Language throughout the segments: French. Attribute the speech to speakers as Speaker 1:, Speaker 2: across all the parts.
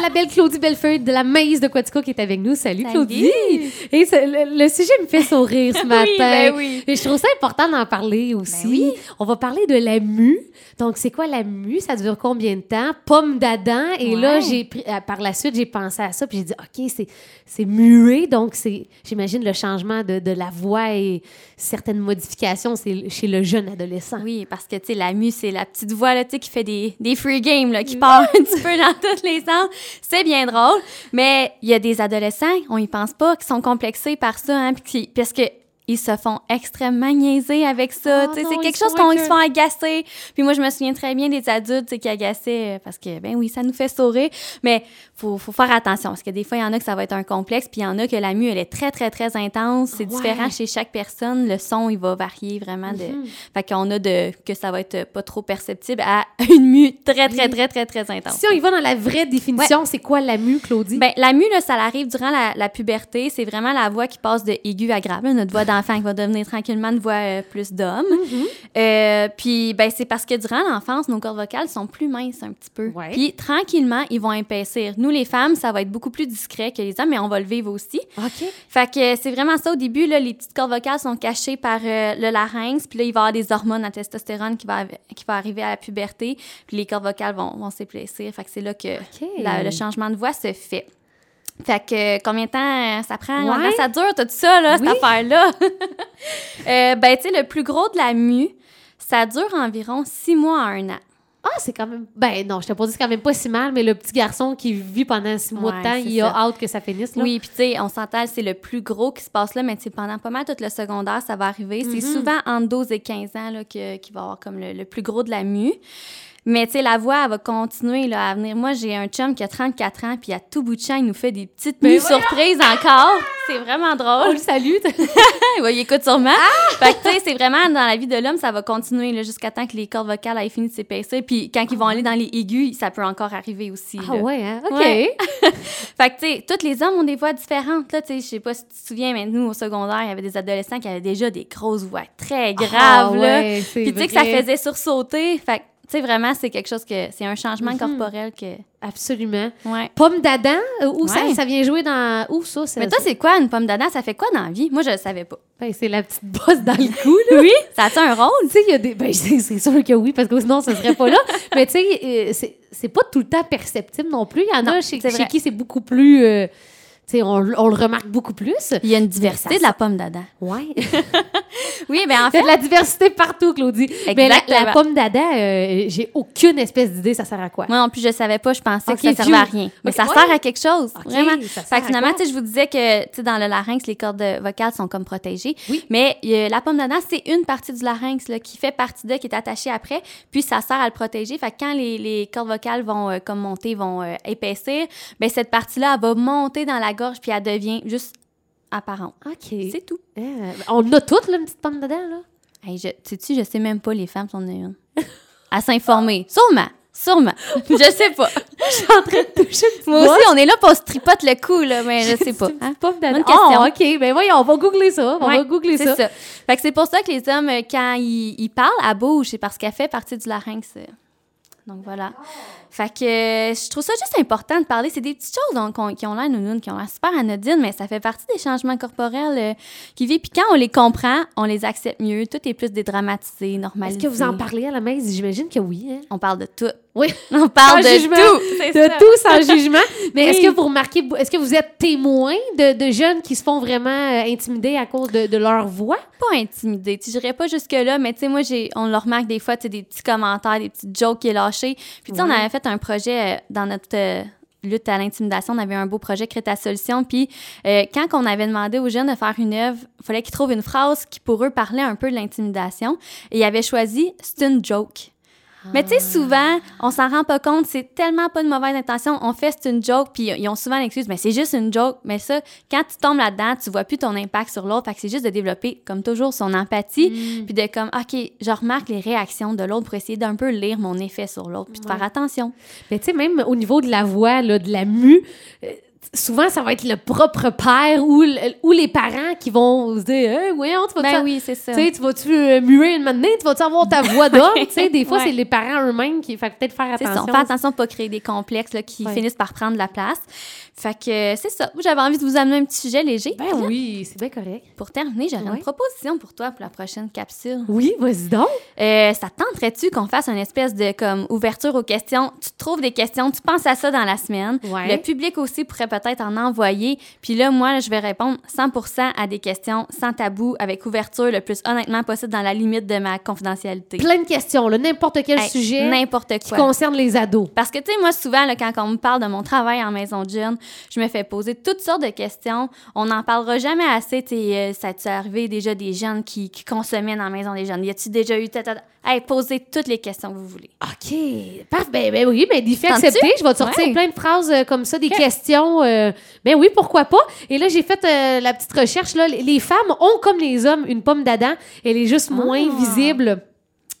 Speaker 1: La belle Claudie Bellefeuille de la Maze de Quatico qui est avec nous. Salut, Claudie! Et ce- le, le sujet me fait sourire ce matin.
Speaker 2: ben oui. Ben
Speaker 1: Et je trouve ça important d'en parler aussi. On va parler de la mue. Donc, c'est quoi la mue? Ça dure combien de temps? Pomme d'Adam. Et là, j'ai pris, euh, par la suite, j'ai pensé à ça. Puis j'ai dit, OK, c'est, c'est muet. Donc, c'est, j'imagine le changement de, de la voix et certaines modifications c'est chez le jeune adolescent.
Speaker 2: Oui, parce que, tu sais, la mue, c'est la petite voix, là, tu sais, qui fait des, des free games, là, qui part un petit peu dans tous les sens. C'est bien drôle. Mais il y a des adolescents, on y pense pas, qui sont complexés par ça, hein, puis qui- parce que ils se font extrêmement niaiser avec ça.
Speaker 1: Ah
Speaker 2: tu sais,
Speaker 1: non,
Speaker 2: c'est
Speaker 1: ils
Speaker 2: quelque
Speaker 1: se
Speaker 2: chose
Speaker 1: font
Speaker 2: qu'on ils se
Speaker 1: écœurer.
Speaker 2: font agacer. Puis moi, je me souviens très bien des adultes tu sais, qui agaçaient euh, parce que, ben oui, ça nous fait sourire. Mais faut, faut faire attention parce que des fois, il y en a que ça va être un complexe, puis il y en a que la mue, elle est très, très, très intense. C'est
Speaker 1: Ah Ouais.
Speaker 2: différent chez chaque personne. Le son, il va varier vraiment de.
Speaker 1: Mhm.
Speaker 2: Fait qu'on a de que ça va être pas trop perceptible à une mue très très très très très intense.
Speaker 1: Si on y va dans la vraie définition, c'est quoi la mue, Claudie?
Speaker 2: Ben, la mue, là, ça arrive durant la, la puberté. C'est vraiment la voix qui passe de aiguë à grave. là, Notre voix d'enfant qui va devenir tranquillement une voix euh, plus d'homme. Euh, puis, ben, c'est parce que durant l'enfance, nos cordes vocales sont plus minces un petit peu.
Speaker 1: Ouais.
Speaker 2: Puis, tranquillement, ils vont épaissir. Nous, les femmes, ça va être beaucoup plus discret que les hommes, mais on va le vivre aussi.
Speaker 1: OK.
Speaker 2: Fait que euh, c'est vraiment ça au début, là, les petites cordes vocales sont cachées par euh, le larynx, puis là, il va y avoir des hormones à testostérone qui va, av- qui va arriver à la puberté, puis les cordes vocales vont, vont s'épaissir. Fait que c'est là que
Speaker 1: OK.
Speaker 2: la- le changement de voix se fait. Fait que euh, combien de temps euh, ça prend?
Speaker 1: Ouais.
Speaker 2: Combien de temps ça dure, tout ça, là,
Speaker 1: Oui.
Speaker 2: cette affaire-là? Euh, ben, tu sais, le plus gros de la mue, ça dure environ six mois à un an.
Speaker 1: Ah, c'est quand même. Ben non, je te pose, c'est quand même pas si mal, mais le petit garçon qui vit pendant six mois
Speaker 2: Ouais,
Speaker 1: de temps,
Speaker 2: c'est
Speaker 1: il a
Speaker 2: ça.
Speaker 1: hâte que ça finisse. Là.
Speaker 2: Oui, puis tu sais, on s'entend, c'est le plus gros qui se passe là, mais tu sais, pendant pas mal tout le secondaire, ça va arriver. C'est souvent entre 12 et 15 ans là, que, qu'il va y avoir comme le, le plus gros de la mue. Mais tu sais, la voix, elle va continuer là, à venir. Moi, j'ai un chum qui a 34 ans, puis à tout bout de champ, il nous fait des petites mues surprises encore. C'est vraiment
Speaker 1: On
Speaker 2: drôle.
Speaker 1: le salue.
Speaker 2: Ouais, il écoute sûrement. Fait que, tu sais, c'est vraiment dans la vie de l'homme, ça va continuer là, jusqu'à temps que les cordes vocales aient fini de s'épaissir. Puis quand ils vont aller dans les aigus, ça peut encore arriver aussi.
Speaker 1: ah
Speaker 2: là.
Speaker 1: ouais, hein? OK.
Speaker 2: Ah Ouais. Fait que, tu sais, tous les hommes ont des voix différentes. Là, tu sais, je sais pas si tu te souviens, mais nous, au secondaire, il y avait des adolescents qui avaient déjà des grosses voix très graves,
Speaker 1: Ah
Speaker 2: là.
Speaker 1: ouais, c'est
Speaker 2: Puis, tu sais, que ça
Speaker 1: vrai.
Speaker 2: faisait sursauter. Fait que, tu sais, vraiment, c'est quelque chose que. C'est un changement corporel que.
Speaker 1: Absolument.
Speaker 2: Ouais.
Speaker 1: Pomme d'Adam, euh, où ça,
Speaker 2: Ouais.
Speaker 1: ça vient jouer dans. Où ça? ça
Speaker 2: Mais toi, c'est quoi une pomme d'Adam? Ça fait quoi dans la vie? Moi, je le savais pas.
Speaker 1: Ben, c'est la petite bosse dans le cou, là. Oui.
Speaker 2: Ça a-tu un rôle?
Speaker 1: Tu sais, il y a des. Ben, c'est c'est sûr que oui, parce que sinon, ce serait pas là. mais tu sais, euh, c'est- c'est pas tout le temps perceptible non plus. Il y en a
Speaker 2: Non,
Speaker 1: chez,
Speaker 2: c'est
Speaker 1: chez
Speaker 2: vrai.
Speaker 1: qui c'est beaucoup plus. euh, tu sais, on, on le remarque beaucoup plus.
Speaker 2: Il y a une diversité de la pomme d'Adam.
Speaker 1: Ouais.
Speaker 2: Oui, mais en
Speaker 1: Il y a
Speaker 2: fait.
Speaker 1: de la diversité partout, Claudie. Mais la, la
Speaker 2: Exactement.
Speaker 1: pomme d'Adam, euh, j'ai aucune espèce d'idée, ça sert à quoi?
Speaker 2: Moi non plus, je savais pas, je pensais
Speaker 1: Ok,
Speaker 2: que ça servait à
Speaker 1: Dieu.
Speaker 2: rien. Mais
Speaker 1: Ok,
Speaker 2: ça
Speaker 1: ouais.
Speaker 2: sert à quelque chose,
Speaker 1: Ok,
Speaker 2: vraiment.
Speaker 1: ça sert
Speaker 2: Fait que
Speaker 1: à
Speaker 2: finalement,
Speaker 1: quoi?
Speaker 2: tu sais, je vous disais que, tu sais, dans le larynx, les cordes vocales sont comme protégées.
Speaker 1: Oui.
Speaker 2: Mais euh, la pomme d'Adam, c'est une partie du larynx là, qui fait partie de, qui est attachée après, puis ça sert à le protéger. Fait que quand les, les cordes vocales vont euh, comme monter, vont euh, épaissir, ben cette partie-là, elle va monter dans la gorge, puis elle devient juste apparente.
Speaker 1: OK.
Speaker 2: C'est tout.
Speaker 1: Ah, on a toutes, là, une petite pomme d'Adam, là?
Speaker 2: Hey, je, tu sais, je sais même pas les femmes sont une. À s'informer. Sûrement. Sûrement. je sais pas.
Speaker 1: Je suis en train de toucher une petite
Speaker 2: Moi
Speaker 1: bosse.
Speaker 2: aussi, on est là pour se tripote le cou, là, mais je sais pas.
Speaker 1: Une petite
Speaker 2: hein.
Speaker 1: pomme d'Adam.
Speaker 2: Bonne question.
Speaker 1: Ah, OK. Ben voyons, on va googler ça. On
Speaker 2: Ouais,
Speaker 1: va googler
Speaker 2: c'est
Speaker 1: ça.
Speaker 2: Fait que c'est pour ça que les hommes, euh, quand ils, ils parlent à bouche, c'est parce qu'elle fait partie du larynx. euh. Donc voilà. Fait que euh, je trouve ça juste important de parler. C'est des petites choses donc, qu'on- qui ont l'air nounounes, qui ont l'air super anodines, mais ça fait partie des changements corporels euh, qui vivent. Puis quand on les comprend, on les accepte mieux. Tout est plus dédramatisé, normalisé.
Speaker 1: Est-ce que vous en parlez à la maison? J'imagine que oui. hein?
Speaker 2: On parle de tout.
Speaker 1: Oui.
Speaker 2: On parle
Speaker 1: Sans
Speaker 2: de
Speaker 1: jugement.
Speaker 2: tout. C'est
Speaker 1: De
Speaker 2: ça.
Speaker 1: tout sans jugement. Mais est-ce
Speaker 2: Oui.
Speaker 1: que vous remarquez, est-ce que vous êtes témoin de, de jeunes qui se font vraiment euh, intimider à cause de, de leur voix?
Speaker 2: pas intimidée. Tu sais, j'irais pas jusque-là, mais tu sais, moi, j'ai, on le remarque des fois, tu sais, des petits commentaires, des petites jokes qui est lâché. Puis tu sais, on
Speaker 1: Ouais.
Speaker 2: avait fait un projet euh, dans notre euh, lutte à l'intimidation. On avait un beau projet, Crée ta solution. Puis euh, quand on avait demandé aux jeunes de faire une œuvre, il fallait qu'ils trouvent une phrase qui, pour eux, parlait un peu de l'intimidation. Et ils avaient choisi « c'est une joke ». Mais tu sais, souvent, on s'en rend pas compte, c'est tellement pas de mauvaise intention. On fait, c'est une joke, puis ils ont souvent l'excuse, mais c'est juste une joke. Mais ça, quand tu tombes là-dedans, tu vois plus ton impact sur l'autre. Fait que c'est juste de développer, comme toujours, son empathie,
Speaker 1: Mm.
Speaker 2: puis de comme, OK, je remarque les réactions de l'autre pour essayer d'un peu lire mon effet sur l'autre, puis de faire attention.
Speaker 1: Mais tu sais, même au niveau de la voix, là, de la mue, euh, souvent, ça va être le propre père ou, le- ou les parents qui vont se dire Hey, voyons, tu vas-tu
Speaker 2: Ben
Speaker 1: faire-
Speaker 2: oui, c'est ça.
Speaker 1: Tu sais, tu vas-tu euh, muer une matinée? Tu vas-tu avoir ta voix d'homme? Tu sais, des fois,
Speaker 2: Ouais.
Speaker 1: c'est les parents eux-mêmes qui. Fait que peut-être faire
Speaker 2: C'est ça,
Speaker 1: attention.
Speaker 2: on fait attention de pas créer des complexes là, qui
Speaker 1: Ouais.
Speaker 2: finissent par prendre la place. Fait que euh, c'est ça. Moi, J'avais envie de vous amener un petit sujet léger.
Speaker 1: Ben oui, c'est bien correct.
Speaker 2: Pour terminer, j'aurais
Speaker 1: Ouais.
Speaker 2: une proposition pour toi pour la prochaine capsule.
Speaker 1: Oui, vas-y donc.
Speaker 2: Euh, ça te tenterait-tu qu'on fasse une espèce de comme ouverture aux questions? Tu te trouves des questions, tu penses à ça dans la semaine.
Speaker 1: Ouais.
Speaker 2: Le public aussi pourrait peut-être en envoyer. Puis là, moi, je vais répondre 100 à des questions sans tabou, avec ouverture le plus honnêtement possible dans la limite de ma confidentialité.
Speaker 1: Plein de questions, là, n'importe quel
Speaker 2: Hey,
Speaker 1: sujet
Speaker 2: N'importe
Speaker 1: qui
Speaker 2: quoi.
Speaker 1: concerne les ados.
Speaker 2: Parce que, tu sais, moi, souvent, là, quand on me parle de mon travail en maison de jeunes, je me fais poser toutes sortes de questions. On n'en parlera jamais assez. Tu sais, euh, ça t'est arrivé déjà des jeunes qui, qui consommaient dans la maison des jeunes? Y a-tu déjà eu... tata- tata- Hey, posez toutes les questions que vous voulez.
Speaker 1: OK. Parfait. Ben, ben oui, mais défi
Speaker 2: T'entends-tu?
Speaker 1: accepté. Je vais te sortir
Speaker 2: Ouais.
Speaker 1: plein de phrases euh, comme ça, des questions. euh, ben oui, pourquoi pas? Et là, j'ai fait euh, la petite recherche. Là. Les les femmes ont, comme les hommes, une pomme d'Adam. Elle est juste moins
Speaker 2: Ah.
Speaker 1: visible.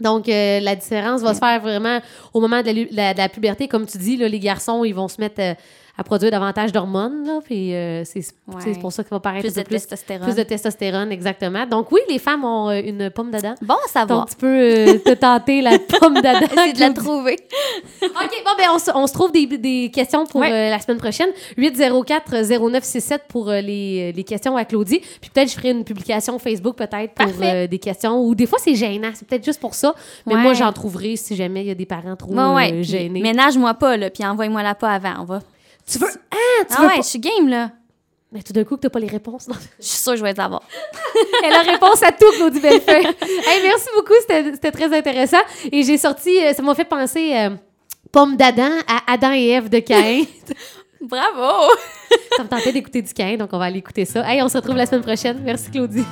Speaker 1: Donc, euh, la différence va se faire vraiment au moment de la, lu- la- de la puberté. Comme tu dis, là, les garçons, ils vont se mettre euh, à produire davantage d'hormones. là, Puis euh, c'est
Speaker 2: Ouais.
Speaker 1: c'est pour ça que ça va paraître
Speaker 2: Plus
Speaker 1: un peu
Speaker 2: de
Speaker 1: plus,
Speaker 2: testostérone.
Speaker 1: plus de testostérone, exactement. Donc oui, les femmes ont euh, une pomme d'Adam.
Speaker 2: Ah Bon à savoir.
Speaker 1: Donc, tu peux euh, te tenter la pomme d'Adam.
Speaker 2: Essayez de la
Speaker 1: Claudie.
Speaker 2: trouver.
Speaker 1: OK, bon, ben, on se, on se trouve des, des questions pour
Speaker 2: Ouais.
Speaker 1: euh, la semaine prochaine. 804-0967 pour euh, les, les questions à Claudie. Puis peut-être je ferai une publication Facebook, peut-être, pour
Speaker 2: Parfait.
Speaker 1: euh, des questions. Ou des fois, c'est gênant. C'est peut-être juste pour ça. Mais
Speaker 2: Ouais.
Speaker 1: moi, j'en trouverai si jamais il y a des parents trop
Speaker 2: Ouais, ouais.
Speaker 1: euh,
Speaker 2: puis
Speaker 1: gênés.
Speaker 2: Ménage-moi pas, là, puis envoie-moi la pas avant. On va.
Speaker 1: Tu veux. Ah, tu
Speaker 2: ah
Speaker 1: veux
Speaker 2: ouais,
Speaker 1: pas-
Speaker 2: je suis game, là.
Speaker 1: Mais tout d'un coup, que t'as pas les réponses. non?
Speaker 2: Je suis sûre que je vais les avoir.
Speaker 1: Elle a réponse à tout, Claudie Bellefeuille. Hey, merci beaucoup, c'était c'était très intéressant. Et j'ai sorti, euh, ça m'a fait penser euh, Pomme d'Adam à Adam et Ève de Caïn.
Speaker 2: Bravo!
Speaker 1: ça me tentait d'écouter du Caïn, donc on va aller écouter ça. Hey, on se retrouve la semaine prochaine. Merci, Claudie.